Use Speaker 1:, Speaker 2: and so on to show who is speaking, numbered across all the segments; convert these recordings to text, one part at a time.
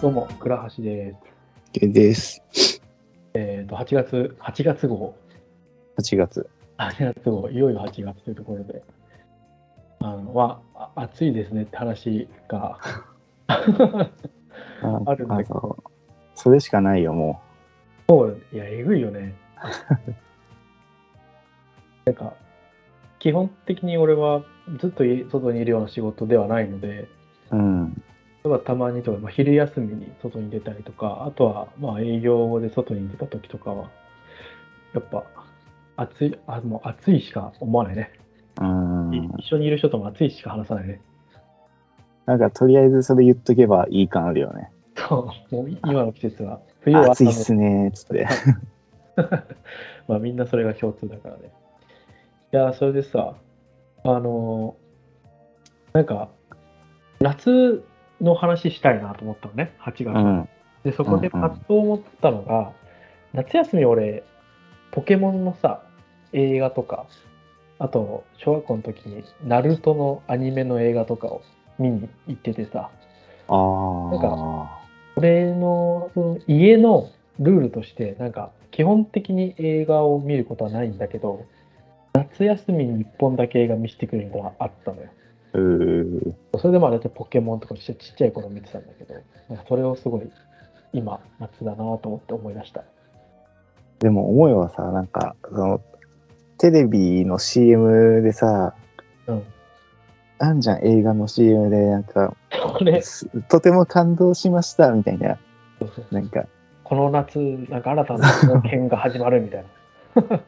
Speaker 1: どうも、倉橋です。
Speaker 2: でです。
Speaker 1: えっ、と、8月、8月号、
Speaker 2: 8月。
Speaker 1: 8月号、いよいよ8月というところで、あの、は、あ暑いですねって話が、
Speaker 2: あ
Speaker 1: あるんだけ
Speaker 2: のそれしかないよ、も
Speaker 1: いや、えぐいよね。 なんか、基本的に俺はずっとい外にいるような仕事ではないので、
Speaker 2: う。うん。
Speaker 1: 例えばたまにとか、まあ、昼休みに外に出たりとか、あとはまあ営業で外に出た時とかは、やっぱ暑い、あもう暑いしか思わないね。
Speaker 2: うん
Speaker 1: い一緒にいる人とも暑いしか話さないね。
Speaker 2: なんか、とりあえずそれ言っとけばいい感あるよね。
Speaker 1: そう、もう今の季節は、冬は
Speaker 2: 暑いっすね、つって。
Speaker 1: まあみんなそれが共通だからね。いやー、それでさ、あのーなんか、夏の話したいなと思ったのね、8月。
Speaker 2: うん。
Speaker 1: で、そこで
Speaker 2: うん
Speaker 1: パ
Speaker 2: うん
Speaker 1: ッと思ったのが、夏休み俺、ポケモンのさ、映画とか、あと、小学校の時に、ナルトのアニメの映画とかを見に行っててさ、なん
Speaker 2: あ
Speaker 1: 俺のその家のルールとしてなんか基本的に映画を見ることはないんだけど夏休みに1本だけ映画見せてくれるのがあったのよ
Speaker 2: あ。うー。
Speaker 1: それでまあ大体ポケモンとかちっちゃい頃見てたんだけどなんかそれをすごい今夏だなと思って思い出した
Speaker 2: でも、思いはさ、なんか、その、テレビの CM でさ、
Speaker 1: うん
Speaker 2: あんじゃん、映画の CM で、なんか、
Speaker 1: これ
Speaker 2: すとても感動しました、みたいな。なんか、
Speaker 1: この夏なんか新たな冒険が始まるみたいな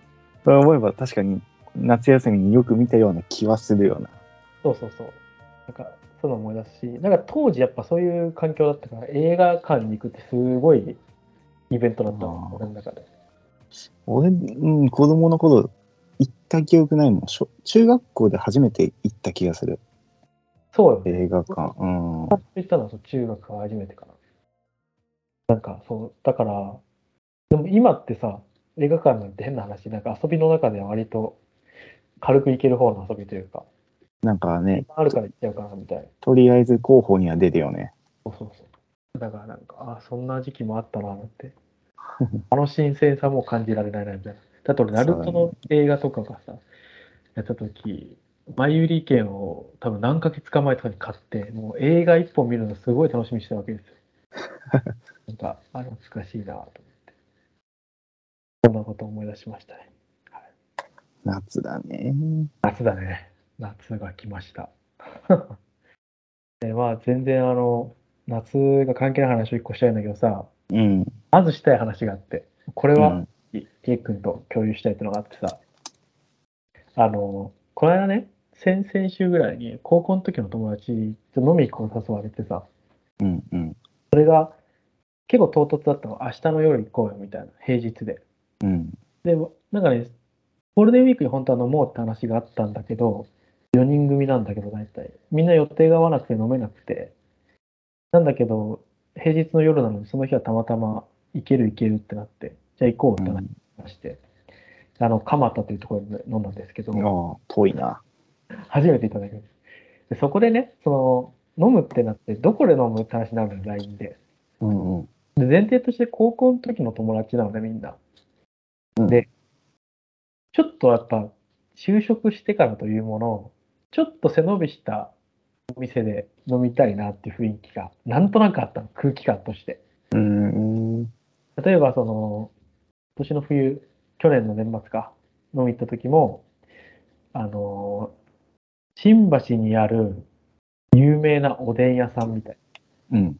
Speaker 2: そう思えば確かに、夏休みによく見たような気はするような。
Speaker 1: そうそうそうなんかそういうの思い出すしなんか当時やっぱそういう環境だったから映画館に行くってすごいイベントだったの
Speaker 2: あー
Speaker 1: 俺の中で
Speaker 2: 俺、うん、子供の頃、行った記憶ないもん。小中学校で初めて行った気がする。
Speaker 1: そうよね
Speaker 2: 映画館。うん。
Speaker 1: 行ったのはそう中学が初めてかな。なんかそう、だから、でも今ってさ、映画館なんて変な話、なんか遊びの中では割と軽く行ける方の遊びというか、
Speaker 2: なんかね、
Speaker 1: あるから行っちゃうかなみたいな。
Speaker 2: とりあえず候補には出るよね。
Speaker 1: そうそうそう。だからなんか、ああ、そんな時期もあったななんて。あの新鮮さも感じられないなみたいな。だって俺、ナルトの映画とかがさ、やった時、前売り券を多分何ヶ月か前とかに買って、もう映画一本見るのすごい楽しみにしてたわけですよ。なんか、あれ懐かしいなと思って。そんなこと思い出しましたね。
Speaker 2: 夏だね。
Speaker 1: 夏だね。夏が来ました。 でまあ、全然あの、夏が関係ない話を一個したいんだけどさ、
Speaker 2: うん。
Speaker 1: まずしたい話があって、これ
Speaker 2: う
Speaker 1: は
Speaker 2: ん、
Speaker 1: い家君と共有したいってのがあってさ、あの、この間ね、先々週ぐらいに高校の時の友達と飲み行こう誘われてさ、
Speaker 2: うん。うん。
Speaker 1: 結構唐突だったの、明日の夜行こうよみたいな、平日で。
Speaker 2: うん。
Speaker 1: で、なんかね、ゴールデンウィークに本当は飲もうって話があったんだけど、4人組なんだけど、大体。みんな予定が合わなくて飲めなくて。なんだけど、平日の夜なのに、その日はたまたま行ける行けるってなって、じゃあ行こうってなってまして、あの、蒲田というところで飲んだんですけど、
Speaker 2: ああ、遠いな。
Speaker 1: 初めていただきます。でそこでね、その、飲むってなって、どこで飲むって話になるの、LINE で。
Speaker 2: うんうん。
Speaker 1: で前提として高校の時の友達なのでみんな。
Speaker 2: うん
Speaker 1: で、ちょっとやっぱ就職してからというもの、ちょっと背伸びしたお店で飲みたいなっていう雰囲気が、なんとなくあったの、空気感として。
Speaker 2: うん。うん
Speaker 1: 例えばその、今年の冬、去年の年末か、飲み行った時も、あのー新橋にある有名なおでん屋さんみたいな。
Speaker 2: うん。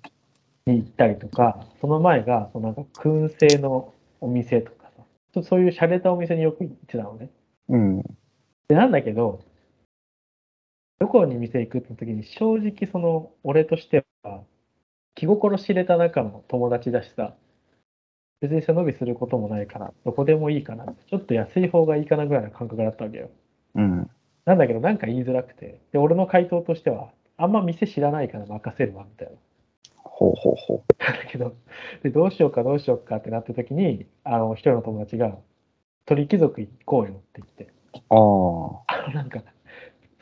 Speaker 1: に行ったりとか、その前が、そのなんか燻製のお店とかさ、そそういう洒落たお店によく行ってたのね。
Speaker 2: うん。
Speaker 1: で、なんだけど、どこに店行くって時に、正直その、俺としては、気心知れた中の友達だしさ、別に背伸びすることもないから、どこでもいいかな、ちょっと安い方がいいかなぐらいの感覚だったわけよ。
Speaker 2: うん。
Speaker 1: なんだけど、なんか言いづらくて、で、俺の回答としては、あんま店知らないから任せるわ、みたいな。
Speaker 2: ほうほうほ
Speaker 1: だけど、で、どうしようかどうしようかってなった時に、あの、一人の友達が、鳥貴族行こうよって言って、
Speaker 2: う。ああ。
Speaker 1: あの、なんか、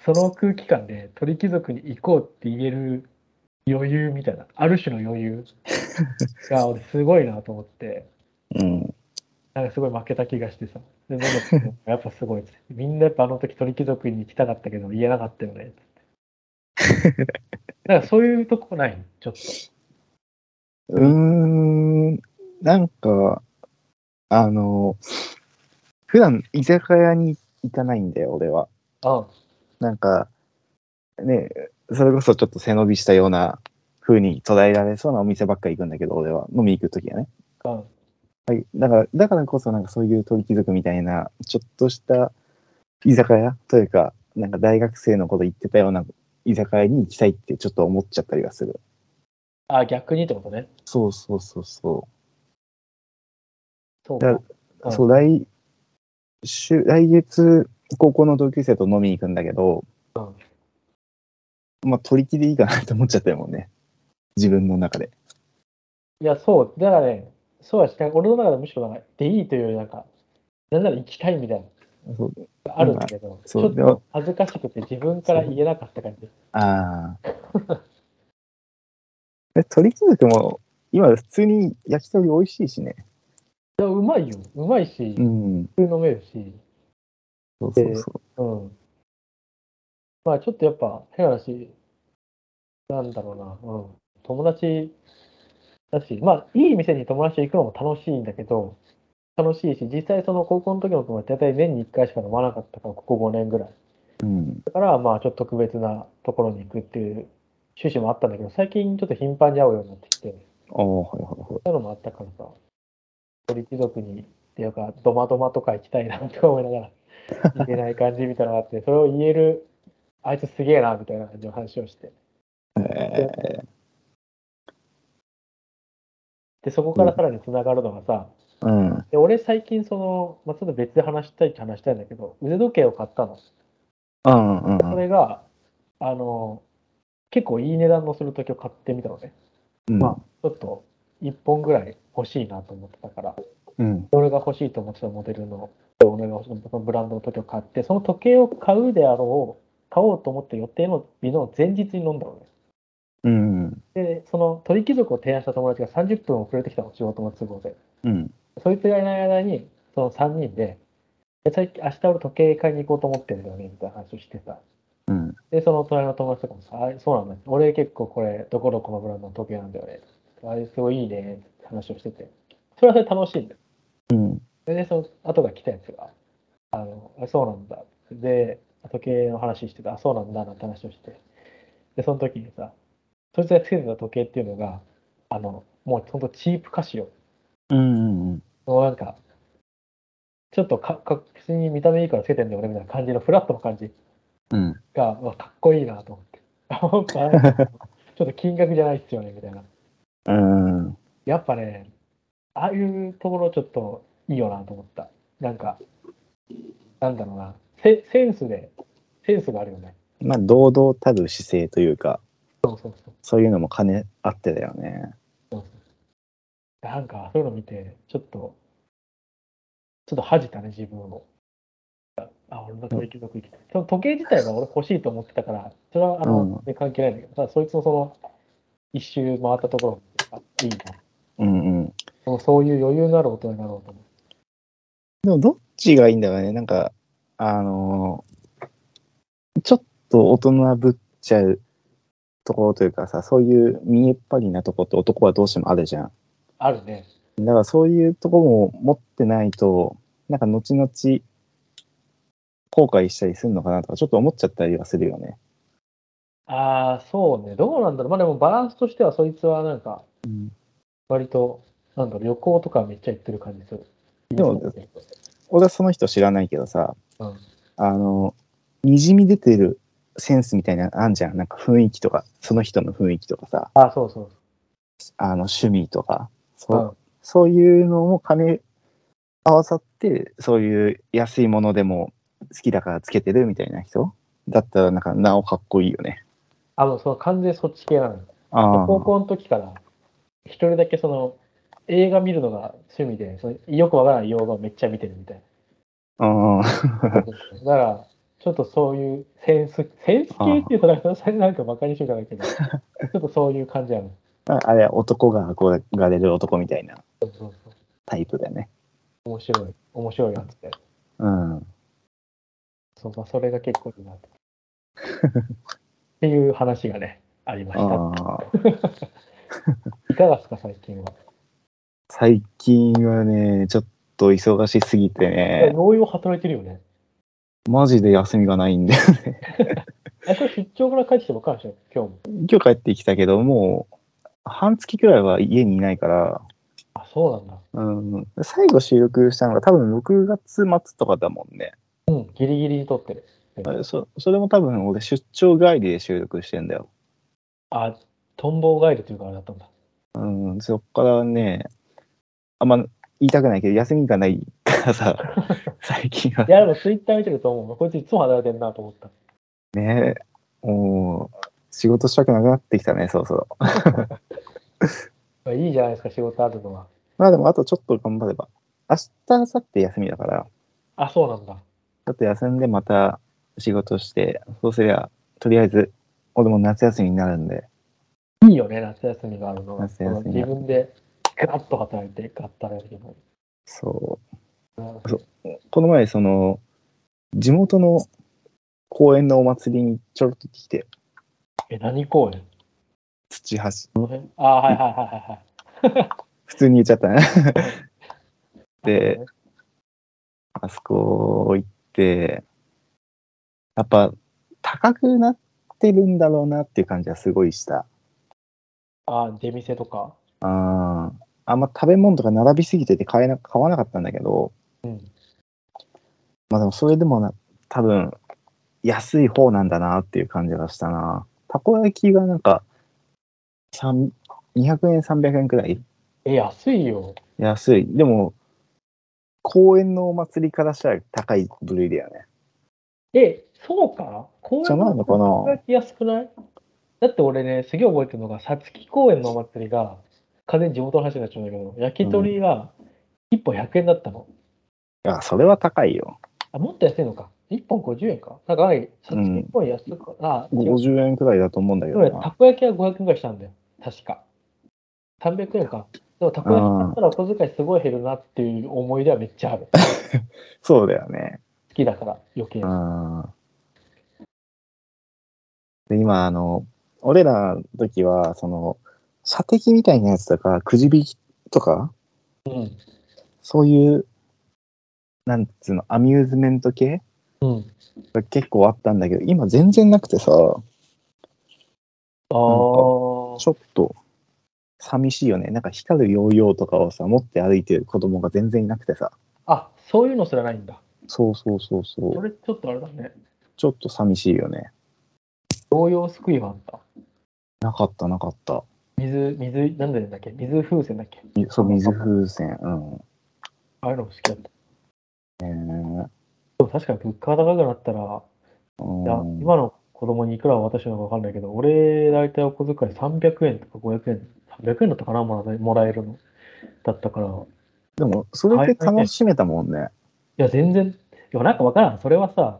Speaker 1: その空気感で鳥貴族に行こうって言える余裕みたいな、ある種の余裕が俺すごいなと思って、
Speaker 2: うん。
Speaker 1: なんかすごい負けた気がしてさ、で、飲んだ時も やっぱすごいっつって、みんなやっぱあの時鳥貴族に行きたかったけど言えなかったよねっつって。だからそういうとこないちょっと。
Speaker 2: うーん。なんか、あの、普段居酒屋に行かないんだよ、俺は。
Speaker 1: あ
Speaker 2: なんか、ね、それこそちょっと背伸びしたような風に捉えられそうなお店ばっかり行くんだけど、俺は。飲み行くときはね。
Speaker 1: あ、うん。
Speaker 2: はい。だから、だからこそなんかそういう鳥貴族みたいな、ちょっとした居酒屋というか、なんか大学生のこと言ってたような居酒屋に行きたいってちょっと思っちゃったりはする。
Speaker 1: あ、逆にってことね。
Speaker 2: そうそうそうそ
Speaker 1: そうか
Speaker 2: だ。う。そう、来週、来月、高校の同級生と飲みに行くんだけど、
Speaker 1: うん
Speaker 2: まあ取り切りいいかなって思っちゃったよもんね。自分の中で。
Speaker 1: いや、そう。だからね、そうやし、なんか俺の中でむしろなんか、でいいというよりなんか、なんなら行きたいみたいな
Speaker 2: そう
Speaker 1: のがあるんだけど、ち
Speaker 2: そう
Speaker 1: ょっ
Speaker 2: でも
Speaker 1: と恥ずかしくて自分から言えなかった感じ。
Speaker 2: ああ。え鳥貴族も、今普通に焼き鳥美味しいしね。
Speaker 1: いや、うまいよ。うまいし
Speaker 2: う、ん。
Speaker 1: 普通飲めるし。
Speaker 2: そうそうそう。
Speaker 1: うん。まあちょっとやっぱ変な話、なんだろうな、うん。友達だし、まあいい店に友達と行くのも楽しいんだけど、楽しいし、実際その高校の時の友達、大体年に1回しか飲まなかったから、ここ5年ぐらい。
Speaker 2: うん。
Speaker 1: だから、まあちょっと特別なところに行くっていう趣旨もあったんだけど、最近ちょっと頻繁に会うようになってきて、
Speaker 2: ああ、はいはいはい。
Speaker 1: そういうのもあったからさ、鳥貴族に、っていうか、ドマドマとか行きたいなって思いながら、いけない感じみたいなのがあって、それを言える、あいつすげえな、みたいな感じの話をして。
Speaker 2: え
Speaker 1: で、そこからさらにつながるのがさ、
Speaker 2: ーうん。
Speaker 1: で俺最近その、まあ、ちょっと別で話したいって話したいんだけど、腕時計を買ったの。
Speaker 2: うんうん
Speaker 1: そ
Speaker 2: うん
Speaker 1: れが、あの、結構いい値段のする時を買ってみたのね。
Speaker 2: うん。
Speaker 1: まあ、ちょっと1本ぐらい欲しいなと思ってたから、
Speaker 2: うん。
Speaker 1: 俺が欲しいと思ってたモデルの、俺が欲しいと思ってたブランドの時計を買って、その時計を買うであろう、買おうと思って予定の日の前日に飲んだのね。
Speaker 2: うん。
Speaker 1: で、その鳥貴族を提案した友達が30分遅れてきたの、仕事の都合で。
Speaker 2: うん。
Speaker 1: そいつがいない間に、その3人で、え最近明日俺時計買いに行こうと思ってるんだよね、みたいな話をしてさ。
Speaker 2: うん。
Speaker 1: で、その隣の友達とかもさ、あそうなんだ。俺結構これ、どこどこのブランドの時計なんだよね。あれすごいいいね、って話をしてて。それはそれで楽しいんだよ
Speaker 2: うん。
Speaker 1: で、その後が来たやつが、あの、あそうなんだ。で、時計の話してた、あ、そうなんだ、なんて話をして。で、その時にさ、そいつがつけてた時計っていうのが、あの、もうほんとチープカシオ。
Speaker 2: うん。うん。
Speaker 1: もうなんか、ちょっとか、か、普通に見た目いいからつけてんだよね、みたいな感じのフラットの感じ
Speaker 2: うん。
Speaker 1: が、うわかっこいいなと思って。 あほんとあれちょっと金額じゃないっすよね、みたいな。
Speaker 2: うん。
Speaker 1: やっぱね、ああいうところちょっといいよなと思った。なんか、なんだろうな、セセンスで、センスがあるよね。
Speaker 2: まあ、堂々たる姿勢というか、
Speaker 1: そうそうそう。
Speaker 2: そういうのも兼ね合ってだよね。
Speaker 1: なんか、そういうの見て、ちょっと、ちょっと恥じたね、自分を。あ、俺の鳥貴族行きたい。その時計自体は俺欲しいと思ってたから、それはあ
Speaker 2: うん
Speaker 1: の、で関係ないんだけど、ただそいつのその、一周回ったところがいいな。
Speaker 2: うんうん。
Speaker 1: そのそういう余裕のある大人になろうと思
Speaker 2: でもどっちがいいんだろうね。なんか、あのーちょっと大人ぶっちゃうところというかさ、そういう見えっ張りなとこって男はどうしてもあるじゃん。
Speaker 1: う。あるね。
Speaker 2: だからそういうとこも持ってないと、なんか後々後悔したりするのかなとか、ちょっと思っちゃったりはするよね。
Speaker 1: ああ、そうね。どうなんだろう。まあでもバランスとしては、そいつはなんか、割と、なんだろう、旅行とかめっちゃ行ってる感じする。
Speaker 2: でも俺はその人知らないけどさ、
Speaker 1: うん
Speaker 2: あの、にじみ出てるセンスみたいなのあんじゃん。なんか雰囲気とか、その人の雰囲気とかさ、
Speaker 1: あ、そうそう
Speaker 2: あの趣味とか、
Speaker 1: そ。
Speaker 2: そううそういうのも兼ね合わさって、そういう安いものでも好きだからつけてるみたいな人だったら、なんか、なおかっこいいよね。
Speaker 1: あ、もうその完全にそっち系なのよ。
Speaker 2: ああ。
Speaker 1: 高校の時から、一人だけその、映画見るのが趣味で、そのよくわからない洋画をめっちゃ見てるみたい
Speaker 2: うんうん。
Speaker 1: な。だから、ちちょっとそういうセンス、センス系っていうとなんか、それなんか馬鹿にしようじゃないけど、ち ょっとそういう感じやの。
Speaker 2: ああれ、男が憧れる男みたいな
Speaker 1: そうそうそう。
Speaker 2: タイプだね。
Speaker 1: 面白い、面白いやつで。
Speaker 2: うん。
Speaker 1: そう、まあ、それが結構いいなと。っていう話がね、ありました。
Speaker 2: ああ。
Speaker 1: いかがですか、最近は。
Speaker 2: 最近はね、ちょっと忙しすぎて
Speaker 1: え
Speaker 2: ね、
Speaker 1: 農業働いてるよね。
Speaker 2: マジで休みがないんで。
Speaker 1: え、それ出張から帰ってきてもかんしょ、今日も。
Speaker 2: 今日帰ってきたけど、もう、半月くらいは家にいないから、
Speaker 1: あ、そうなんだ。
Speaker 2: うん、最後収録したのが多分6月末とかだもんね。
Speaker 1: うん、ギリギリに撮ってる。
Speaker 2: そそれも多分俺出張帰りで収録してんだよ。
Speaker 1: あ、トンボ帰りというかあれだったんだ。。
Speaker 2: うん、そっからね、あんま言いたくないけど、休みがないからさ、最近はい
Speaker 1: や、でもツイッター見てると思う。こいついつも働いてんなと思った。
Speaker 2: ねもう、仕事したくなくなってきたね、そうそう。
Speaker 1: まあいいじゃないですか、仕事あるのは。
Speaker 2: まあでも、あとちょっと頑張れば。明日、明後日休みだから、
Speaker 1: あ、そうなんだ。
Speaker 2: ちょっと休んでまた仕事して、そうすりゃ、とりあえず、俺も夏休みになるんで、
Speaker 1: いいよね、夏休みがあるのは。
Speaker 2: 夏休み
Speaker 1: この自分でガラッと働いて、ガッと働いてるの。
Speaker 2: そう。
Speaker 1: うん
Speaker 2: この前、その、地元の公園のお祭りにちょろっと行ってきて、
Speaker 1: え、何公園
Speaker 2: 土橋、
Speaker 1: あ、はいはいはいはいはい。
Speaker 2: 普通に言っちゃったね。 で
Speaker 1: なるほどね、
Speaker 2: あそこ行って、やっぱ高くなってるんだろうなっていう感じはすごいした。
Speaker 1: あ、出店とか。
Speaker 2: あーあんま食べ物とか並びすぎてて買えな買わなかったんだけど、
Speaker 1: うん。
Speaker 2: まあでもそれでもな多分安い方なんだなっていう感じがしたな。たこ焼きがなんか3 200円300円くらい
Speaker 1: え、安いよ。
Speaker 2: 安い。でも公園のお祭りからしたら高い部類だよね。
Speaker 1: え、そうか公園
Speaker 2: じゃないのかな
Speaker 1: これ安くないだって俺ね、すげえ覚えてるのが、さつき公園のお祭りが、完全に地元の話になっちゃうんだけど、焼き鳥が1本100円だったの。
Speaker 2: いや、それは高いよ。
Speaker 1: あ、もっと安いのか。1本50円か。なんか、はいさつき公園安く、あ、違う。
Speaker 2: 50円くらいだと思うんだけ
Speaker 1: で
Speaker 2: ど
Speaker 1: もね
Speaker 2: な。
Speaker 1: たこ焼きは500円ぐらいしたんだよ。確か。300円か。でもたこ焼き買ったらお小遣いすごい減るなっていう思い出はめっちゃある。
Speaker 2: そうだよね。
Speaker 1: 好きだから余計に。
Speaker 2: うん。で、今、あの、俺らの時は、その、射的みたいなやつとか、くじ引きとか、
Speaker 1: うん。
Speaker 2: そういう、なんつうの、アミューズメント系
Speaker 1: うん。
Speaker 2: が結構あったんだけど、今全然なくてさ、ちょ
Speaker 1: ああ。
Speaker 2: っと、寂しいよね。なんか光るヨーヨーとかをさ、持って歩いてる子供が全然いなくてさ。
Speaker 1: あ、そういうのすらないんだ。
Speaker 2: そうそうそうそ。
Speaker 1: そうれちょっとあれだね。
Speaker 2: ちょっと寂しいよね。
Speaker 1: 同様救いはあった。
Speaker 2: なかったなかった。
Speaker 1: 水、水、なんだっけ水風船だっけ
Speaker 2: みそう、水風船。うん。
Speaker 1: ああいうのも好きだった。で
Speaker 2: えー
Speaker 1: も確かに物価が高くなったら、
Speaker 2: うん
Speaker 1: いや今の子供にいくら渡してるのかわかんないけど、俺、大体お小遣い300円とか500円、300円だったかな、もらえもらえるの。だったから、い
Speaker 2: でも、それで楽しめたもんね。
Speaker 1: や、全然、いや、なんかわからん。それはさ、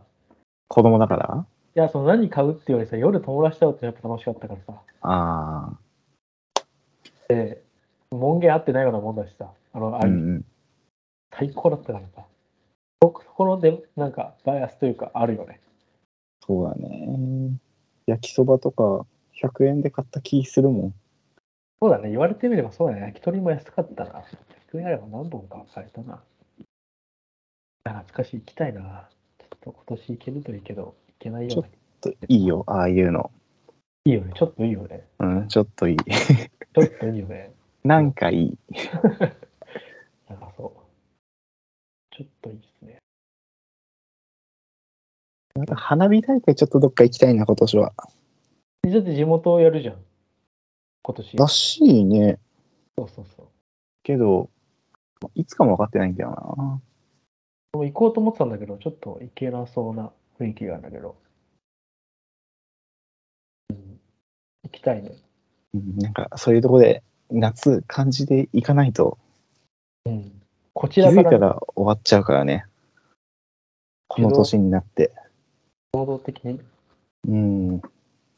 Speaker 2: 子供だから
Speaker 1: いや、その何買うっていうよりさ、夜友達と会うとやっぱ楽しかったからさ、
Speaker 2: あ
Speaker 1: 門限合ってないようなもんだしさ、あの、あ
Speaker 2: あ。う
Speaker 1: れ
Speaker 2: んうん。
Speaker 1: 最高だったからさ、そこそこので、なんか、バイアスというか、あるよね。
Speaker 2: そうだね。焼きそばとか、100円で買った気するもん。
Speaker 1: そうだね、言われてみればそうだね、焼き鳥も安かったな。100円あれば何本か買えたな。いや懐かしい、行きたいな。ちょっと今年行けるといいけど、行けないような。
Speaker 2: といいよ、ああいうの。
Speaker 1: いいよね、ちょっといいよね。
Speaker 2: うん、ちょっといい。
Speaker 1: ちょっといいよね。
Speaker 2: なんかいい。
Speaker 1: なんかそう。ちょっといいですね。
Speaker 2: なんか花火大会ちょっとどっか行きたいな、今年は。
Speaker 1: だって地元をやるじゃん。今年。
Speaker 2: らしいね。
Speaker 1: そうそうそう。
Speaker 2: けど、いつかも分かってないんだよな。
Speaker 1: もう行こうと思ってたんだけど、ちょっと行けなそうな雰囲気があるんだけど。うん。行きたいね。
Speaker 2: うんなんか、そういうとこで、夏感じていかないと、
Speaker 1: うん。こち
Speaker 2: 気
Speaker 1: らか
Speaker 2: づいた
Speaker 1: ら
Speaker 2: ら終わっちゃうからね。この年になって。
Speaker 1: 能動的に
Speaker 2: うん。
Speaker 1: や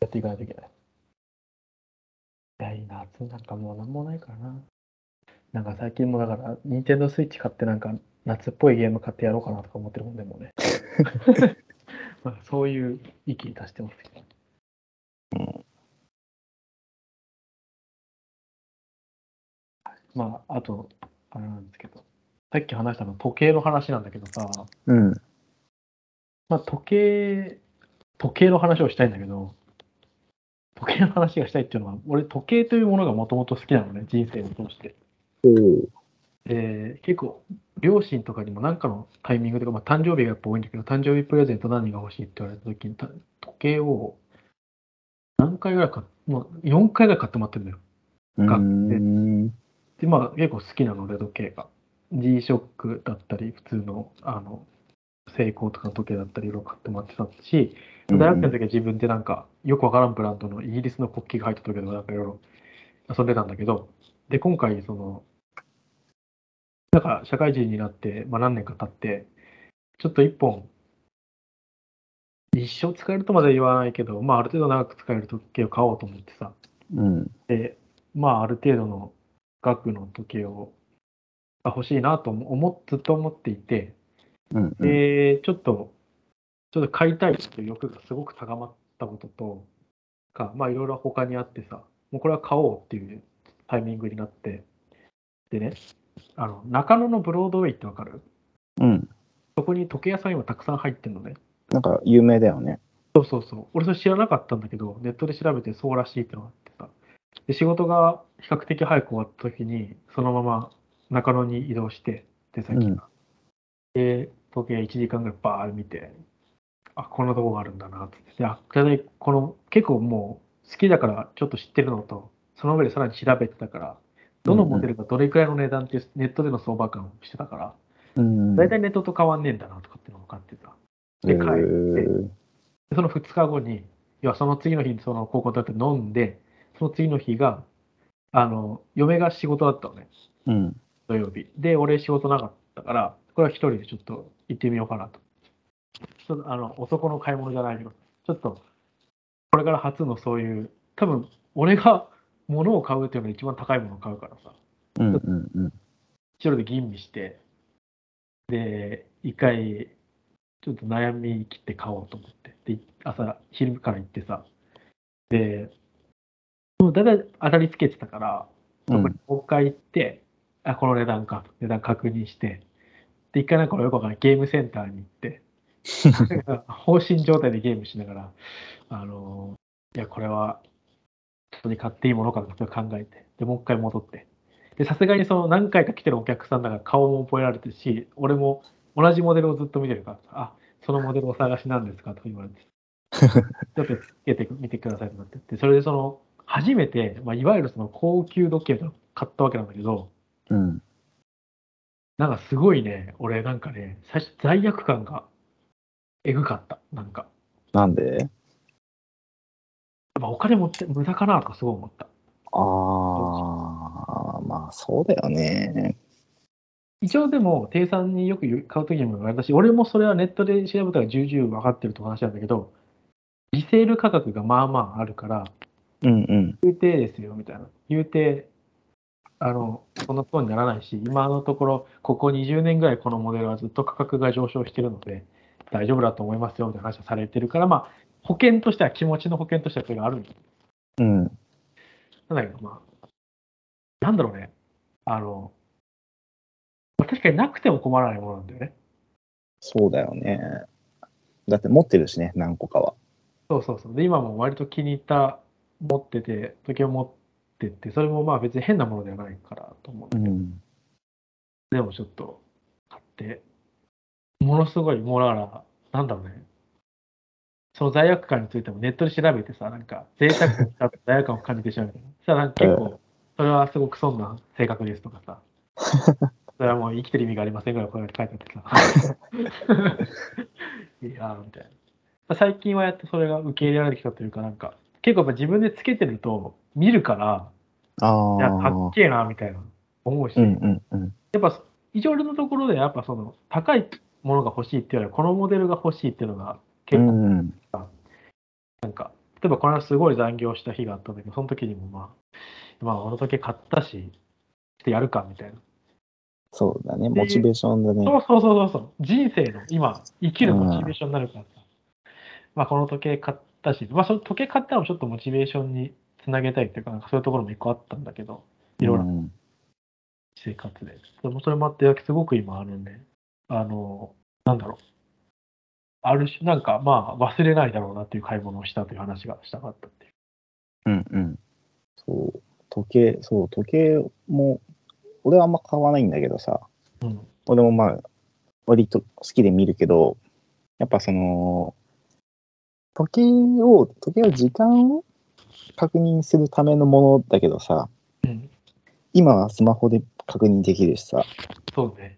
Speaker 1: っていかないといけない。いや、いいな。夏なんかもうなんもないからな。なんか最近もだから、ニンテンドースイッチ買ってなんか夏っぽいゲーム買ってやろうかなとか思ってるもんでもうね。まあそういう域に達してますけど。まあ、あと、あれなんですけど、さっき話したの時計の話なんだけどさ、
Speaker 2: うん。
Speaker 1: まあ、時計、時計の話をしたいんだけど、時計の話がしたいっていうのは、俺、時計というものがもともと好きなのね、人生を通して。
Speaker 2: おう
Speaker 1: で、結構、両親とかにも何かのタイミングとか、まあ、誕生日がやっぱ多いんだけど、誕生日プレゼント何が欲しいって言われた時に、た時計を何回ぐらい買っ、まあ、4回ぐらい買ってもらってるんだよ。
Speaker 2: う
Speaker 1: 学
Speaker 2: ん。
Speaker 1: で、まあ、結構好きなので、時計が。G-SHOCK だったり、普通の、あの、セイコーとかの時計だったり、いろいろ買ってもらってたし、大学生の時は自分でなんか、よくわからんブランドのイギリスの国旗が入った時とか、なんかいろいろ遊んでたんだけど、で、今回、その、なんか社会人になって、まあ何年か経って、ちょっと一本、一生使えるとまでは言わないけど、まあある程度長く使える時計を買おうと思ってさ、
Speaker 2: うん。
Speaker 1: で、まあ、ある程度の額の時計をが欲しいなと思思ずっと思っていて、
Speaker 2: うん。うん。
Speaker 1: で、ちょっと、ちょっと買いたいという欲がすごく高まったこととか、まあ、いろいろ他にあってさ、もうこれは買おうっていうタイミングになって、でね、あの中野のブロードウェイってわかる
Speaker 2: うん。
Speaker 1: そこに時計屋さん今たくさん入ってるのね。
Speaker 2: なんか有名だよね。
Speaker 1: そうそうそう。俺それ知らなかったんだけど、ネットで調べてそうらしいってのがあってさ。で、仕事が比較的早く終わった時に、そのまま中野に移動して、出先が。
Speaker 2: うん
Speaker 1: で、時計1時間ぐらいバーッ見て、あ、こんなとこがあるんだなって。で、あ、じゃない、この、結構もう好きだからちょっと知ってるのと、その上でさらに調べてたから、どのモデルがどれくらいの値段っていうネットでの相場感をしてたから、
Speaker 2: うん。
Speaker 1: 大体ネットと変わんねえんだなとかっていうのが分かってた。で帰って
Speaker 2: うん
Speaker 1: でその2日後に、要はその次の日にその高校だって飲んで、その次の日が、あの、嫁が仕事だったのね、
Speaker 2: うん。
Speaker 1: 土曜日。で、俺仕事なかったから、これは一人でちょっと行ってみようかなと。ちょっとあの、男の買い物じゃないけど、ちょっと、これから初のそういう、多分、俺が物を買うっていうのが一番高いものを買うからさ、
Speaker 2: うん。うん。うん。
Speaker 1: 一人で吟味して、で、一回、ちょっと悩み切って買おうと思って、で、朝、昼から行ってさ、で、もうだいたい当たりつけてたから、そこにもう一回行って、あ、この値段か、値段確認して、で、一回なんかよくわかんないゲームセンターに行って、 放心状態でゲームしながら、あのいや、これは、本当に買っていいものかなと考えて、で、もう一回戻って、で、さすがにその何回か来てるお客さんだから顔も覚えられてるし、俺も同じモデルをずっと見てるから、あ、そのモデルお探しなんですかとか言われて、ちょっとつけてみてくださいとなってって、それでその、初めて、まあ、いわゆるその高級時計を買ったわけなんだけど、
Speaker 2: うん。
Speaker 1: なんかすごいね、俺なんかね、最初罪悪感がえぐかった。なんか、
Speaker 2: なんで
Speaker 1: まあ、お金持って無駄かなとかすごい思った。
Speaker 2: ああ、まあそうだよね。
Speaker 1: 一応でも、定産によく言う買うときにも言われたし、俺もそれはネットで調べたら重々分かってると話なんだけど、リセール価格がまあまああるから、
Speaker 2: うんうん。
Speaker 1: 言うてですよみたいな。言うて、あの、このことにならないし、今のところ、ここ20年ぐらいこのモデルはずっと価格が上昇してるので、大丈夫だと思いますよみたいな話をされてるから、まあ、保険としては、気持ちの保険としてはそれがあるんだ
Speaker 2: う
Speaker 1: な
Speaker 2: ん。
Speaker 1: んだけど、まあ、なんだろうね。あの、まあ確かになくても困らないものなんだよね。
Speaker 2: そうだよね。だって持ってるしね、何個かは。
Speaker 1: そうそうそう。で、今も割と気に入った、持ってて、時計を持ってて、それもまあ別に変なものではないからと思うんだけど、
Speaker 2: ん。
Speaker 1: でもちょっと買って、ものすごい、もうだから、なんだろうね。その罪悪感についてもネットで調べてさ、なんか、贅沢に使って罪悪感を感じて しまうみたいな。そしたらなんか結構、それはすごく損な性格ですとか さ、それはもう生きてる意味がありませんぐらいこうやって書いてあ ってさ、いやーみたいな。最近はやっとそれが受け入れられてきたというか、なんか、結構やっぱ自分でつけてると見るから、
Speaker 2: あ
Speaker 1: いや、かっ
Speaker 2: あ。
Speaker 1: けえな、みたいな思うし、
Speaker 2: うんうんうん。
Speaker 1: 一応俺のところでやっぱその高いものが欲しいっていうよりはこのモデルが欲しいっていうのが
Speaker 2: う
Speaker 1: 結構、
Speaker 2: ん。うん
Speaker 1: なんか、例えばこの間すごい残業した日があったんだけど、その時にもまあ、まあ、お酒買ったし、ちょっとやるかみたいな。
Speaker 2: そうだね。モチベーションだね。
Speaker 1: そうそうそうそうそう。人生の今、生きるモチベーションになるからさ。まあ、この時計買ったし、まあ、その時計買ったのもちょっとモチベーションにつなげたいっていうか、なんかそういうところも一個あったんだけど、いろいろ
Speaker 2: うん
Speaker 1: 生活で。でもそれもあって、すごく今、あのね、あの、なんだろう。ある種、なんかまあ、忘れないだろうなっていう買い物をしたという話がしたかったっていう。
Speaker 2: うんうん。そう。時計、そう、時計も、俺はあんま買わないんだけどさ、
Speaker 1: うん。
Speaker 2: 俺もまあ、割と好きで見るけど、やっぱその、時計を、時計は時間を確認するためのものだけどさ、
Speaker 1: うん
Speaker 2: 今はスマホで確認できるしさ、
Speaker 1: そうね。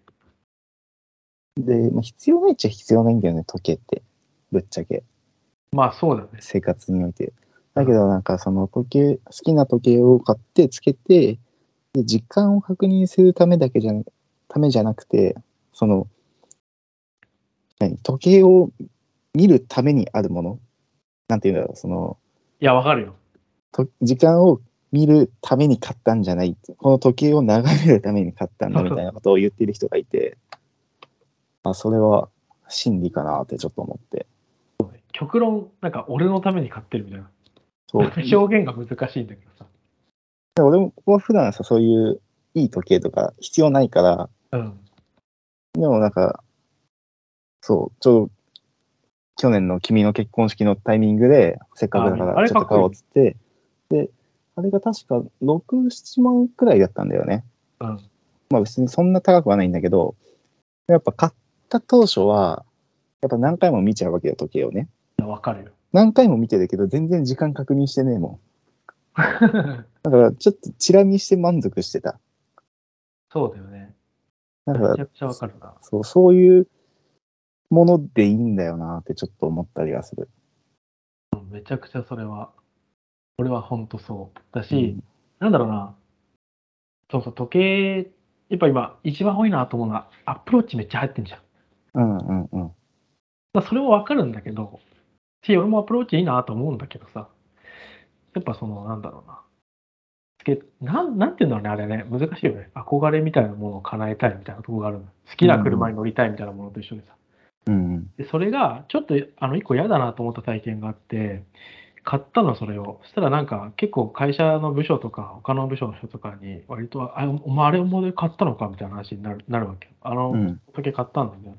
Speaker 2: で、まあ、必要ないっちゃ必要ないんだよね、時計って。ぶっちゃけ、
Speaker 1: まあ、そうだね。
Speaker 2: 生活において。だけどなんかその時計、好きな時計を買ってつけて、で時間を確認するためだけじゃな、ためじゃなくて、その、何、時計を見るためにあるものなんていうんだろう、その、
Speaker 1: いや、わかるよ。
Speaker 2: と時間を見るために買ったんじゃない。この時計を眺めるために買ったんだみたいなことを言ってる人がいて、 あ、それは真理かなってちょっと思って。
Speaker 1: 極論、なんか俺のために買ってるみたいな。
Speaker 2: そう。
Speaker 1: 表現が難しいんだけどさ。
Speaker 2: 僕は普段さ、そういういい時計とか必要ないから、
Speaker 1: うん。
Speaker 2: でもなんか、そう、ちょうど去年の君の結婚式のタイミングで、せっかくだか
Speaker 1: ああ
Speaker 2: ら
Speaker 1: れ
Speaker 2: ちょっと買おうっつって、で、あれが確か6、7万くらいだったんだよね。
Speaker 1: うん。
Speaker 2: まあ別にそんな高くはないんだけど、やっぱ買った当初は、やっぱ何回も見ちゃうわけよ、時計をね。
Speaker 1: わかるよ。
Speaker 2: 何回も見てるけど、全然時間確認してねえもん。だからちょっとチラ見して満足してた。
Speaker 1: そうだよね。
Speaker 2: だか
Speaker 1: め
Speaker 2: ら
Speaker 1: ちゃくちゃわかるな。
Speaker 2: そう、そういうものでいいんだよなってちょっと思ったりはする。
Speaker 1: うんめちゃくちゃそれは、俺は本当そう。だし、
Speaker 2: うん
Speaker 1: なんだろうな、そうそう、時計、やっぱ今、一番多いなと思うのは、アップローチめっちゃ入ってんじゃん。
Speaker 2: うんうんうん。
Speaker 1: まあそれもわかるんだけど、し、俺もアプローチいいなと思うんだけどさ、やっぱその、なんだろうな、つけなんなんていうんだろうね、あれね、難しいよね。憧れみたいなものを叶えたいみたいなとこがあるの。好きな車に乗りたいみたいなものと一緒でさ。
Speaker 2: うんうん。
Speaker 1: でそれが、ちょっと、あの、一個嫌だなと思った体験があって、買ったの、それを。そしたらなんか、結構会社の部署とか、他の部署の人とかに、割と、あ、お前あれも買ったのかみたいな話になるなるわけよ。あの、
Speaker 2: うん
Speaker 1: 時計買ったんだけど、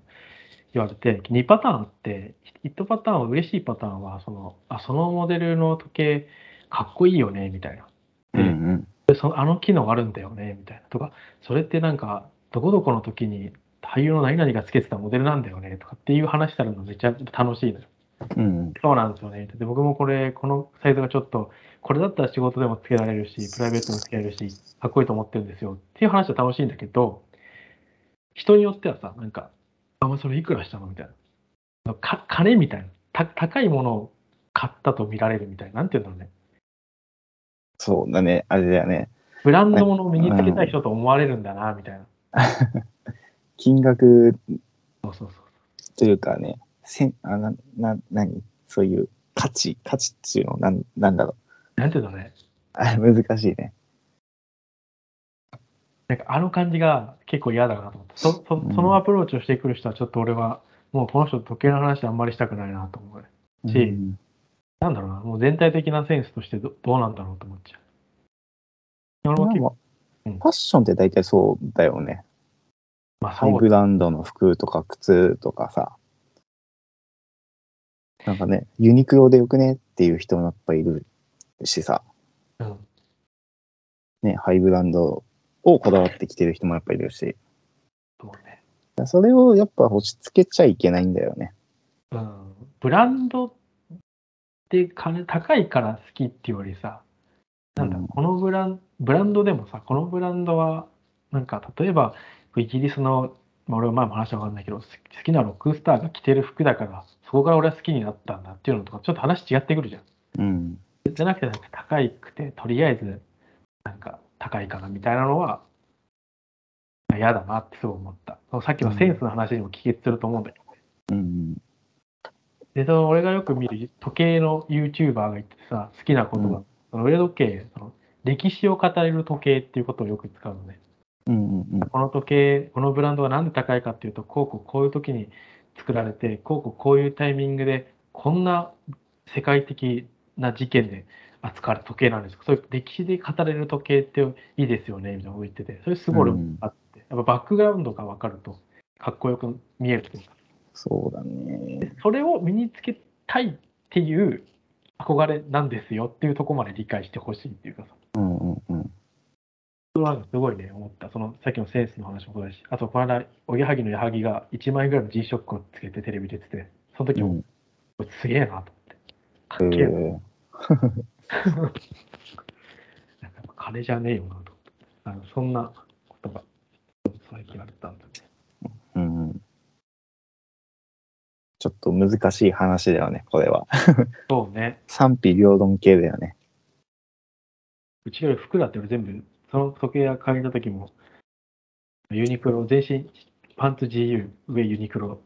Speaker 1: 言われて、2パターンあって、1パターンは嬉しいパターンは、その、あ、そのモデルの時計かっこいいよね、みたいな。
Speaker 2: うんうん。
Speaker 1: でそのあの機能あるんだよね、みたいな。とか、それってなんか、どこどこの時に俳優の何々がつけてたモデルなんだよね、とかっていう話されるのめっちゃ楽しいのよ。
Speaker 2: うんうん。
Speaker 1: そうなんですよね。で僕もこれ、このサイズがちょっと、これだったら仕事でもつけられるし、プライベートでもつけられるし、かっこいいと思ってるんですよっていう話は楽しいんだけど、人によってはさ、なんか、あ、お前それいくらしたのみたいな。か金みたいなた。高いものを買ったと見られるみたいな。なんていうんだろうね。
Speaker 2: そうだね。あれだよね。
Speaker 1: ブランドものを身につけたい人と思われるんだな、みたいな。
Speaker 2: 金額
Speaker 1: そうそうそう。
Speaker 2: というかね、せんあな、な、なにそういう価値、価値っていうのなん、なんだろう。
Speaker 1: なんていうんだろうね。
Speaker 2: あ難しいね。
Speaker 1: なんかあの感じが結構嫌だなと思って。そそ
Speaker 2: うん
Speaker 1: そのアプローチをしてくる人はちょっと俺は、もうこの人と時計の話あんまりしたくないなと思うね。し
Speaker 2: うん
Speaker 1: なんだろうな、もう全体的なセンスとしてどどうなんだろうと思っちゃう。俺
Speaker 2: ま
Speaker 1: も
Speaker 2: あ
Speaker 1: 結構、
Speaker 2: まあ
Speaker 1: うん
Speaker 2: ファッションって大体そうだよね。
Speaker 1: まあ
Speaker 2: ハイ
Speaker 1: そう
Speaker 2: ブランドの服とか靴とかさ。なんかね、ユニクロでよくねっていう人もやっぱいるしさ。
Speaker 1: うん
Speaker 2: ね、ハイブランドをこだわってきてる人もやっぱいるし、
Speaker 1: そうね
Speaker 2: それをやっぱ押し付けちゃいけないんだよね。
Speaker 1: うん。ブランドって金高いから好きっていうよりさ、なんだろう、
Speaker 2: うん
Speaker 1: このブランブランドでもさ、このブランドは、なんか例えば、イギリスの、まあ、俺は前も話したかわかんないけど、好き好きなロックスターが着てる服だから、そこから俺は好きになったんだっていうのとか、ちょっと話違ってくるじゃん。
Speaker 2: うん。
Speaker 1: じゃなくて、なんか高くて、とりあえず、なんか高いかなみたいなのは、嫌だなってすごい思った。そのさっきのセンスの話にも帰結すると思うんだけど、
Speaker 2: うん。
Speaker 1: で、その俺がよく見る時計の YouTuber が言ってさ、好きな言葉、
Speaker 2: うん
Speaker 1: その腕時計その、歴史を語れる時計っていうことをよく使うのね。
Speaker 2: うんうん
Speaker 1: この時計、このブランドがなんで高いかっていうと、こうこうこういう時に作られて、こうこうこういうタイミングで、こんな世界的な事件で扱われる時計なんですそういう歴史で語れる時計っていいですよね、みたいなこと言ってて、それすごい俺もあって、やっぱバックグラウンドが分かると、かっこよく見えるというか、
Speaker 2: そうだね。
Speaker 1: それを身につけたいっていう憧れなんですよっていうところまで理解してほしいっていうかさ。
Speaker 2: うんうんうん。
Speaker 1: それはなんかすごいね、思った。その、さっきのセンスの話もそうだし、あと、この間、おぎやはぎの矢作が1万円ぐらいの G ショックをつけてテレビ出てて、その時も、すげえなと
Speaker 2: う
Speaker 1: 思っ
Speaker 2: ん
Speaker 1: て。
Speaker 2: え
Speaker 1: かっけえな。
Speaker 2: ー
Speaker 1: なんかやっぱ金じゃねえよなと思って。あのそんなことが、最近あったんだね。
Speaker 2: うんうんちょっと難しい話だよね、これは。
Speaker 1: そうね。
Speaker 2: 賛否両論系だよね。
Speaker 1: うちより服だって俺全部、その時計屋借りた時も、ユニクロ、全身、パンツ GU、上ユニクロ、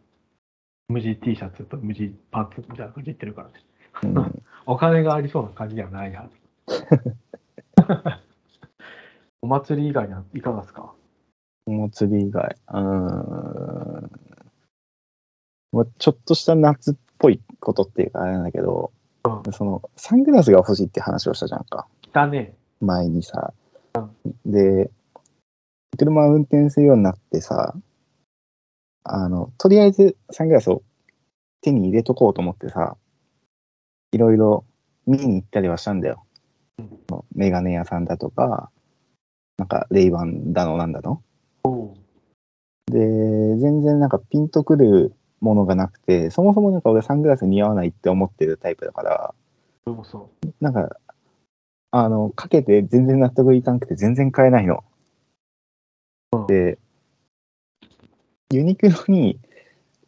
Speaker 1: 無地 T シャツと無地パンツみたいな感じで言ってるからね。
Speaker 2: うんうん
Speaker 1: お金がありそうな感じではない はず。お祭り以外にはいかがですか
Speaker 2: お祭り以外。うーん。まあ、ちょっとした夏っぽいことっていうかあれなんだけど、そのサングラスが欲しいって話をしたじゃんか。
Speaker 1: 汚ね
Speaker 2: 前にさ。で、車を運転するようになってさ、あの、とりあえずサングラスを手に入れとこうと思ってさ、いろいろ見に行ったりはしたんだよ。メガネ屋さんだとか、なんかレイバンだのなんだの。で、全然なんかピンとくるものがなくて、そもそもなんか俺サングラス似合わないって思ってるタイプだから、
Speaker 1: え。そうそ
Speaker 2: なんか、あの、かけて全然納得いかなくて全然買えないの。で、ユニクロに、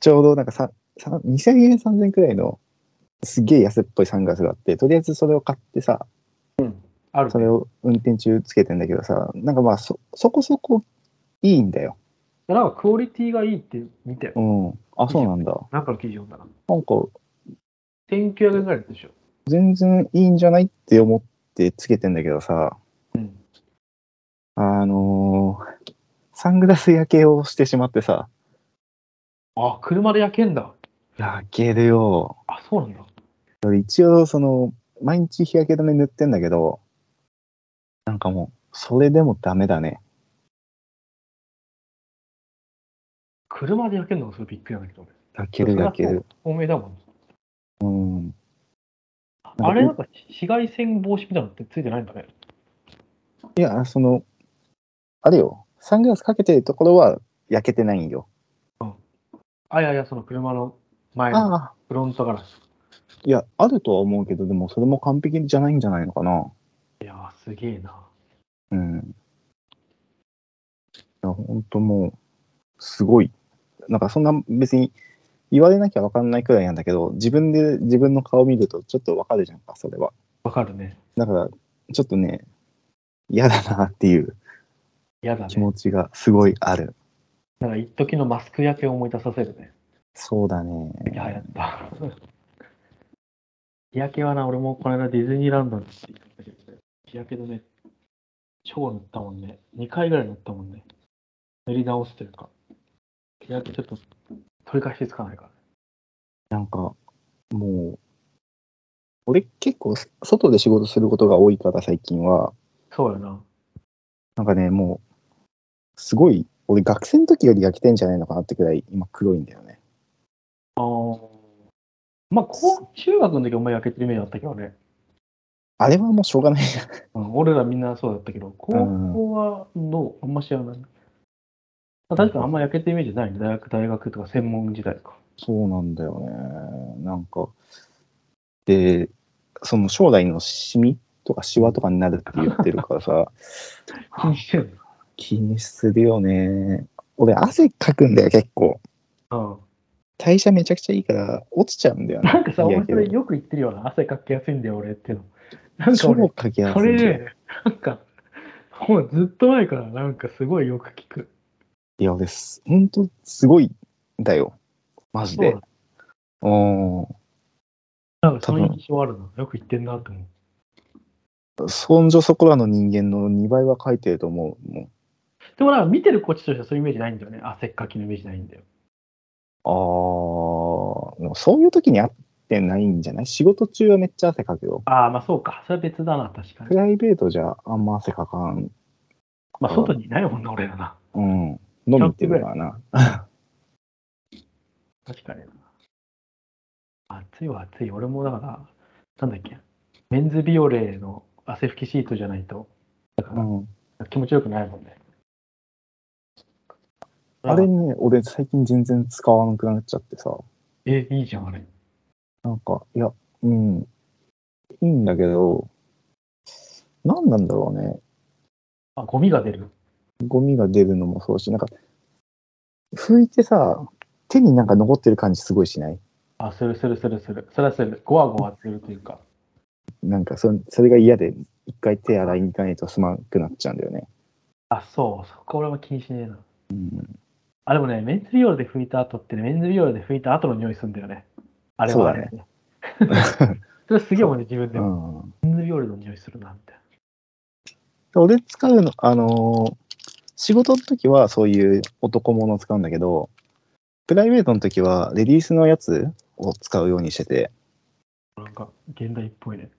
Speaker 2: ちょうどなんかささ2000円3000円くらいの、すげえ安っぽいサングラスがあって、とりあえずそれを買ってさ、
Speaker 1: う。ある、ね。
Speaker 2: それを運転中つけてんだけどさ、なんかまあそ、そこそこいいんだよ。
Speaker 1: なんかクオリティがいいって見て
Speaker 2: う、ん。あ、そうなんだ。
Speaker 1: なんかの記事読んだな。
Speaker 2: なんか、
Speaker 1: 1900円ぐらいでしょ。
Speaker 2: 全然いいんじゃないって思ってつけてんだけどさ、
Speaker 1: うん。
Speaker 2: あのーサングラス焼けをしてしまってさ、
Speaker 1: あ、車で焼けんだ。
Speaker 2: 焼けるよ。
Speaker 1: あ、そうなんだ。
Speaker 2: 一応、その、毎日日焼け止め塗ってんだけど、なんかもう、それでもダメだね。
Speaker 1: 車で焼けんのがすごいびっくりなんだけど。
Speaker 2: 焼ける焼ける。。
Speaker 1: 透明だもん。
Speaker 2: うん。
Speaker 1: あれなんか紫外線防止みたいなのってついてないんだね。
Speaker 2: いや、その、あれよ、サングラスかけてるところは焼けてないんよ。
Speaker 1: あ、いやいや、その車の前の
Speaker 2: ああ、
Speaker 1: フロントガラス。
Speaker 2: いや、あるとは思うけど、でもそれも完璧じゃないんじゃないのかな。
Speaker 1: いやー、すげえな。
Speaker 2: うん。いや、ほんともう、すごい。なんかそんな別に言われなきゃわかんないくらいなんだけど、自分で自分の顔見るとちょっとわかるじゃんか、それは。
Speaker 1: わかるね。
Speaker 2: だから、ちょっとね、嫌だなっていう
Speaker 1: 嫌だね
Speaker 2: 気。持ちがすごいある。
Speaker 1: なんか一時のマスク焼けを思い出させるね。
Speaker 2: そうだね。
Speaker 1: いや、やった。日焼けはな、俺もこの間ディズニーランドに行ってきたけどね、日焼け止め、超塗ったもんね。2回ぐらい塗ったもんね。塗り直すというか。日焼けちょっと取り返しつかないからね。
Speaker 2: なんか、もう、俺結構外で仕事することが多いから最近は、
Speaker 1: そうよな。
Speaker 2: なんかね、もう、すごい、俺学生の時より焼けてんじゃないのかなってくらい今黒いんだよね。
Speaker 1: あーまあ、こう中学の時お前焼けてるイメージあったけどね。
Speaker 2: あれはもうしょうがない。
Speaker 1: うん俺らみんなそうだったけど、高校はどうあんま知らない。まあ確かにあんま焼けてるイメージないね。大学、大学とか専門時代か。
Speaker 2: そうなんだよね。なんか、で、その将来のシミとかシワとかになるって言ってるからさ、
Speaker 1: 気にしてんの
Speaker 2: 気にするよね。俺、汗かくんだよ、結構。
Speaker 1: うん
Speaker 2: 代謝めちゃくちゃいいから、落ちちゃうんだよね。
Speaker 1: なんかさ、
Speaker 2: いや
Speaker 1: 俺それ
Speaker 2: けど
Speaker 1: よく言ってるような、汗かきやすいんだよ、俺っていうの。なんか
Speaker 2: 超
Speaker 1: 俺、
Speaker 2: かきやす い
Speaker 1: そ
Speaker 2: んだ
Speaker 1: れ
Speaker 2: よ。
Speaker 1: ね、なんか、もうずっと前から、なんかすごいよく聞く。
Speaker 2: いや、俺す、ほんとすごいんだよ。マジで。
Speaker 1: そう
Speaker 2: うん。
Speaker 1: なんかそういう印象あるの。よく言ってんなって思う。
Speaker 2: そんじょそこらの人間の2倍は書いてると思うもん。
Speaker 1: でもなんか見てるこっちとしてはそういうイメージないんだよね。汗っかきのイメージないんだよ。
Speaker 2: あー、でもそういう時に会ってないんじゃない仕事中はめっちゃ汗かくよ。
Speaker 1: ああ、まあそうか。それは別だな、確か
Speaker 2: プ
Speaker 1: に。
Speaker 2: ライベートじゃあんま汗かかん。
Speaker 1: まあ外にいないもんな、俺らな。
Speaker 2: うん。飲み行ってるからな。
Speaker 1: 確かにな。暑いは暑い。俺もだから、なんだっけ。メンズビオレの汗拭きシートじゃないと
Speaker 2: うん。
Speaker 1: 気持ちよくないもんね。
Speaker 2: あれね、俺最近全然使わなくなっちゃってさ。
Speaker 1: え、いいじゃん、あれ。
Speaker 2: なんか、いや、うん。いいんだけど、何なんだろうね。
Speaker 1: あ、ゴミが出る。
Speaker 2: ゴミが出るのもそうし、なんか、拭いてさ、手になんか残ってる感じすごいしない
Speaker 1: あ、するするするする。それはする。ゴワゴワするというか。
Speaker 2: なんかそ、それが嫌で、一回手洗いに行かないとすまなくなっちゃうんだよね。
Speaker 1: あ、そう。そこ俺は気にしねえな。
Speaker 2: うん、
Speaker 1: あ、でもね、メンズビオレで拭いた後ってね、メンズビオレで拭いた後の匂いするんだよね。あれはあれでね。 それすげえもんね、自分でも。
Speaker 2: うん
Speaker 1: メンズビオレの匂いするな、みたい
Speaker 2: 俺使うの、あのー仕事の時はそういう男物を使うんだけど、プライベートの時はレディースのやつを使うようにしてて、
Speaker 1: な。なんか、現代っぽいね。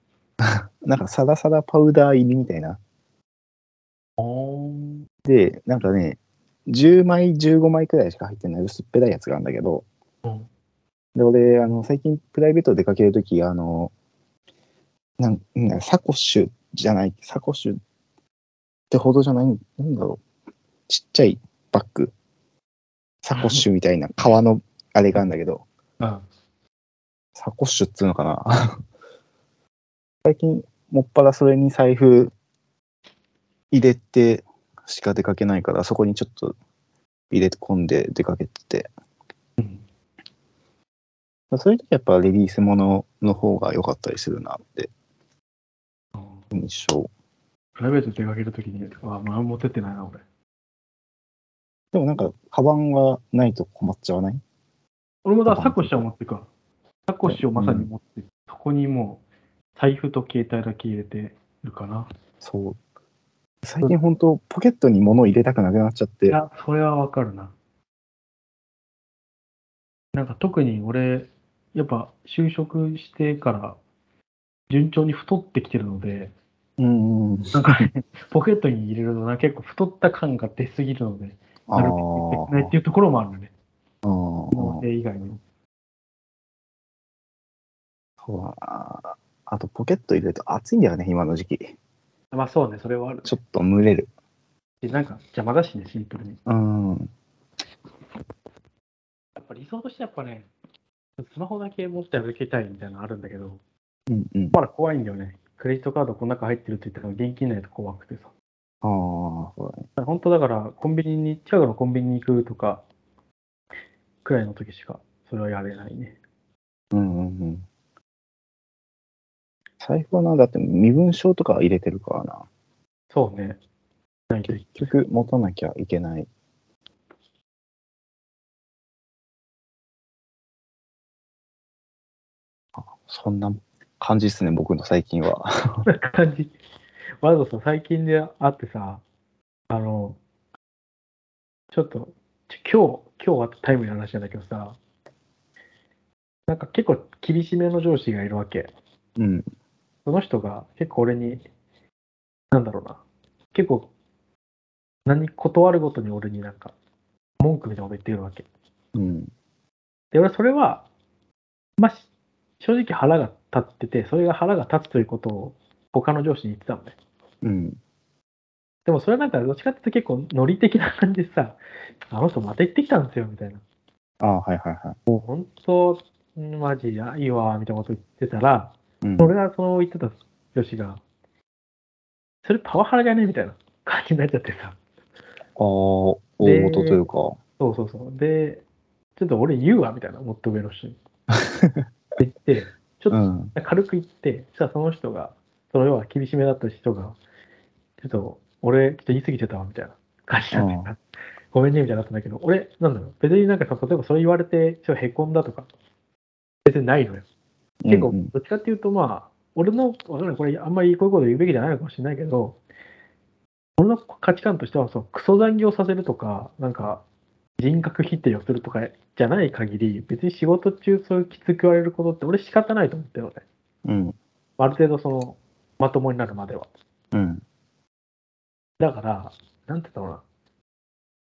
Speaker 2: なんかサラサラパウダー入りみたいな。
Speaker 1: おー。
Speaker 2: で、なんかね、10枚、15枚くらいしか入ってない薄っぺらいやつがあるんだけど、
Speaker 1: うん
Speaker 2: で、俺、あの、最近プライベート出かけるとき、あの、なんなんだサコッシュじゃない、サコッシュってほどじゃない、なんだろう、ちっちゃいバッグ、サコッシュみたいな革のあれがあるんだけど、
Speaker 1: うん。
Speaker 2: サコッシュっつうのかな。 最近、もっぱらそれに財布入れてしか出かけないから、そこにちょっと入れ込んで出かけてて。そういう時やっぱレディースものの方が良かったりするなって印象。
Speaker 1: プライベートで出かけるときに、あ、何も持ってってないな、俺。
Speaker 2: でもなんか、カバンがないと困っちゃわない
Speaker 1: 俺もだからサコッシュは持ってくわ。サコッシュをまさに持って、そこにもう、財布と携帯だけ入れてるかな。
Speaker 2: そう。最近本当ポケットに物を入れたくなくなっちゃっ
Speaker 1: い
Speaker 2: て。
Speaker 1: や、それはわかるな。なんか特に俺、やっぱ就職してから順調に太ってきてるので、
Speaker 2: うんうん。
Speaker 1: なん か、ね、ポケットに入れるとな結構太った感が出すぎるので、なるべく出てないっていうところもあるのね。
Speaker 2: あー
Speaker 1: もうそれ以外にも。
Speaker 2: そうだな。あとポケット入れると暑いんだよね、今の時期。
Speaker 1: まあそうね、それはある。
Speaker 2: ちょっと蒸れる。
Speaker 1: なんか邪魔だしね、シンプルに。
Speaker 2: うん。
Speaker 1: やっぱ理想としてやっぱね、スマホだけ持って歩きたいみたいなのあるんだけど、
Speaker 2: うんうん。
Speaker 1: まだ怖いんだよね。クレジットカードこの中入ってるって言ったら現金ないと怖くてさ。
Speaker 2: ああ、そうだね。
Speaker 1: 本当だから、コンビニに、近くのコンビニに行くとか、くらいの時しか、それはやれないね。
Speaker 2: うんうんうん。財布はな、だって身分証とか入れてるからな。
Speaker 1: そうね。ないとい
Speaker 2: 結局持たなきゃいけない。あそんな感じですね、僕の最近は。
Speaker 1: けない感じ。わざとさ、最近で会ってさ、あの、ちょっと、ちょ今日、今日はタイムの話なんだけどさ、なんか結構厳しめの上司がいるわけ。
Speaker 2: うん。
Speaker 1: その人が結構俺に、なんだろうな、結構、何、断るごとに俺になんか、文句みたいなこと言ってくるわけ。
Speaker 2: うん。
Speaker 1: で、俺それは、まあ、し正直腹が立ってて、それが腹が立つということを他の上司に言ってたのね。
Speaker 2: うん。
Speaker 1: でもそれはなんか、どっちかっていうと結構ノリ的な感じでさ、あの人また行ってきたんですよ、みたいな。
Speaker 2: ああ、はいはいはい。
Speaker 1: もう本当、んマジやいいわ、みたいなこと言ってたら、
Speaker 2: うん、
Speaker 1: 俺がその言ってた上司が、それパワハラじゃねみたいな感じになっちゃってさ。
Speaker 2: ああ、大元というか。
Speaker 1: そうそうそう。で、ちょっと俺言うわ、みたいな、もっと上の 人に。言って、ちょっと
Speaker 2: うん。
Speaker 1: 軽く言って、そしたらその人が、その要は厳しめだった人が、ちょっと俺、ちょっと言い過ぎてたわみたいな感じなんだよな。ごめんねみたいになったんだけど、俺、なんだろう、別になんかさ、例えばそれ言われて、ちょっとへこんだとか、別にないのよ。結構
Speaker 2: うんうん、
Speaker 1: どっちかっていうと、まあ、俺の、わかんない、これ、あんまりこういうこと言うべきじゃないのかもしれないけど、俺の価値観としては、そのクソ残業させるとか、なんか、人格否定をするとかじゃない限り、別に仕事中、そういうきつく言われることって、俺、仕方ないと思ってるのね。
Speaker 2: うん、
Speaker 1: ある程度、その、まともになるまでは。
Speaker 2: うん、
Speaker 1: だから、なんて言ったのか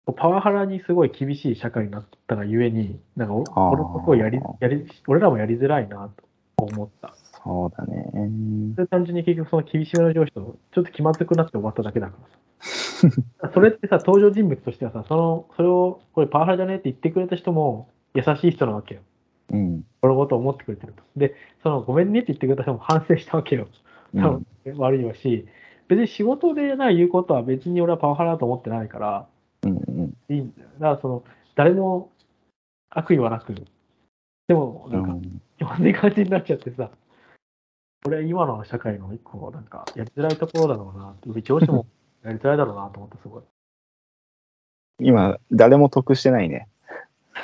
Speaker 1: な。パワハラにすごい厳しい社会になったがゆえに、なんかお
Speaker 2: あー
Speaker 1: 俺もすごいやりやり、俺らもやりづらいなと思った。
Speaker 2: そうだね。
Speaker 1: で単純に結局その厳しめの上司とちょっと気まずくなって終わっただけだ からさ。それってさ、登場人物としてはさ、その、それを、これパワハラじゃねって言ってくれた人も優しい人なわけよ。
Speaker 2: うん、
Speaker 1: 俺のことを思ってくれてると。で、その、ごめんねって言ってくれた人も反省したわけよ。
Speaker 2: う
Speaker 1: 多
Speaker 2: ん
Speaker 1: 分、悪いわし、別に仕事でな言うことは別に俺はパワハラだと思ってないから、
Speaker 2: うん、うん。
Speaker 1: いいんだよ。だからその、誰も悪意はなく、でも、なんか、基本的感じになっちゃってさ、これ今の社会の一個、なんか、やりづらいところだろうなって、俺上司もやりづらいだろうなと思って、すごい。
Speaker 2: 今、誰も得してないね。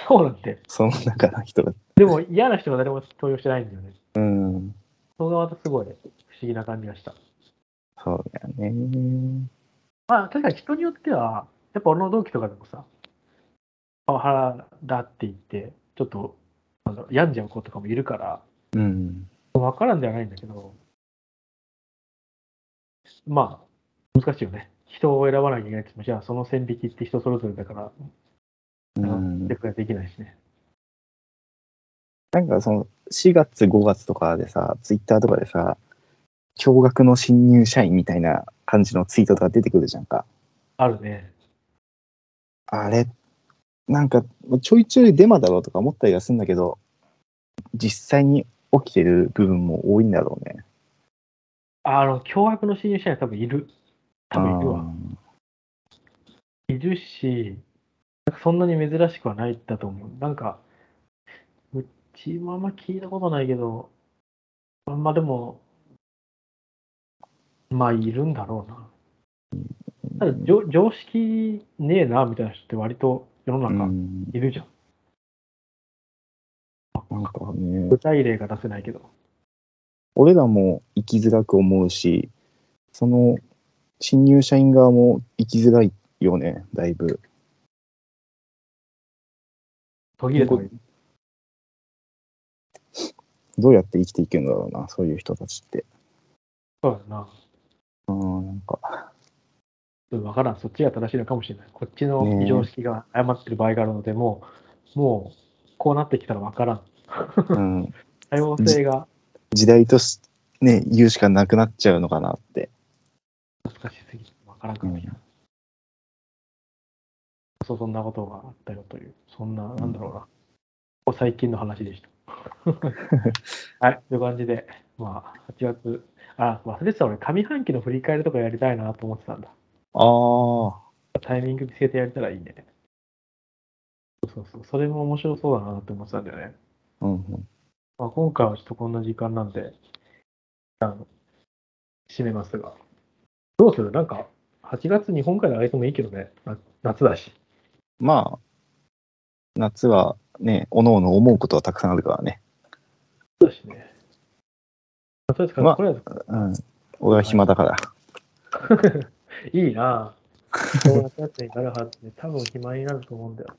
Speaker 1: そうなんて。
Speaker 2: その中の人が。
Speaker 1: でも、嫌な人が誰も登用してないんだよね。
Speaker 2: うん、
Speaker 1: そのまたすごい、不思議な感じがした。
Speaker 2: そうだよね。
Speaker 1: まあ、確かに人によっては、やっぱ俺の同期とかでもさ、パワハラだって言って、ちょっと、なんだろう病んじゃう子とかもいるから、
Speaker 2: うん、
Speaker 1: 分からんではないんだけど、まあ、難しいよね。人を選ばなきゃいけないって言っても、じゃあその線引きって人それぞれだから、
Speaker 2: うん。
Speaker 1: でくはできないしね。
Speaker 2: なんかその4月5月とかでさ、ツイッターとかでさ、驚愕の新入社員みたいな感じのツイートとか出てくるじゃんか。
Speaker 1: あるね。
Speaker 2: あれ、なんかちょいちょいデマだろうとか思ったりはするんだけど、実際に起きてる部分も多いんだろうね。
Speaker 1: あの、凶悪の侵入者には多分いる。多分いるわ。いるし、なんかそんなに珍しくはないんだと思う。なんか、うちもあんま聞いたことないけど、あんまでも、まあいるんだろうな。ただじょ常識ねえなみたいな人って割と世の
Speaker 2: うんう
Speaker 1: 中
Speaker 2: ん
Speaker 1: いるじゃん。
Speaker 2: なんかね、
Speaker 1: 具体例が出せないけど。
Speaker 2: 俺らも生きづらく思うし、その新入社員側も生きづらいよね、だいぶ。
Speaker 1: 途切れた方がいい
Speaker 2: どうやって生きていけるんだろうな、そういう人たちって。
Speaker 1: そうだな。
Speaker 2: うん、なんか、
Speaker 1: ちょっとわからん。そっちが正しいのかもしれない。こっちの
Speaker 2: ねえ
Speaker 1: 異常識が誤ってる場合があるので、もう、もう、こうなってきたらわからん。
Speaker 2: うん、
Speaker 1: 多様性が
Speaker 2: 時代とし、ね、言うしかなくなっちゃうのかなって。
Speaker 1: 難しすぎてわからんくなるやん。そう、そんなことがあったよという、そんな、なんだろうな。ここ最近の話 でした。はい、という感じで、まあ、8月、あ、忘れてた俺、上半期の振り返りとかやりたいなと思ってたんだ。
Speaker 2: ああ、
Speaker 1: タイミング見つけてやれたらいいね。そうそうそう、それも面白そうだなって思ってたんだよね。
Speaker 2: うんうん、
Speaker 1: まあ、今回はちょっとこんな時間なんで、あの、締めますが。どうするなんか、8月に本会であげてもいいけどね。な夏だし。
Speaker 2: まあ、夏はね、おのおの思うことはたくさんあるからね。
Speaker 1: そうだしね。まあとりあえず
Speaker 2: まあ
Speaker 1: とりあえず
Speaker 2: うん、俺は暇だから。
Speaker 1: いいなぁ。そうやったやつになるはずで、多分暇になると思うんだよ。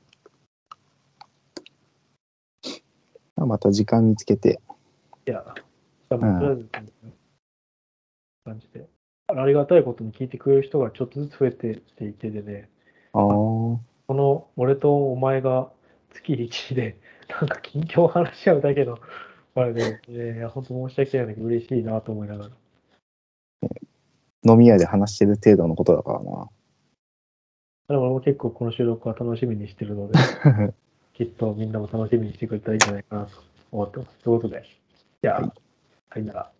Speaker 2: また時間見つけて。
Speaker 1: いや、多分とりあえず、感じで。ありがたいことに聞いてくれる人がちょっとずつ増えてきていてでね、
Speaker 2: ああ。
Speaker 1: この俺とお前が月1で、なんか近況を話し合うだけの、あれで、えーいや、本当申し訳ないんだけど、嬉しいなと思いながら。
Speaker 2: 飲み屋で話してる程度のことだからな。
Speaker 1: でも俺も結構この収録は楽しみにしてるので、きっとみんなも楽しみにしてくれたらいいんじゃないかなと思ってます。ということで、じゃあ、さよなら。